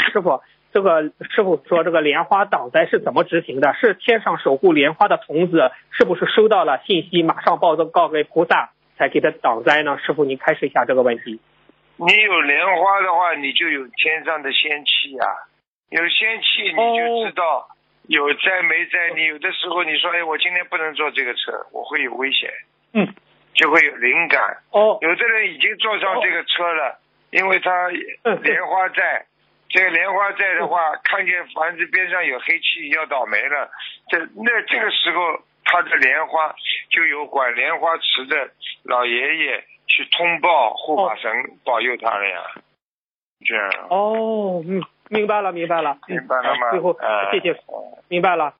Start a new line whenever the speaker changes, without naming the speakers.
师傅，这个师傅说这个莲花挡灾是怎么执行的？是天上守护莲花的童子，是不是收到了信息，马上报告给菩萨，才给他挡灾呢？师傅，您开示一下这个问题。
你有莲花的话，你就有天上的仙气啊，有仙气你就知道有灾没灾。你有的时候你说，哎，我今天不能坐这个车，我会有危险，
嗯，
就会有灵感。
哦，
有的人已经坐上这个车了，因为他
嗯
莲花在，这个莲花在的话，看见房子边上有黑气，要倒霉了。这那这个时候，他的莲花就有管莲花池的老爷爷去通报护法
哦
神保佑他了呀。这样，
哦，嗯，明白了，明白了，嗯呃
明白了吗
哦最后
哎
谢谢，明白了。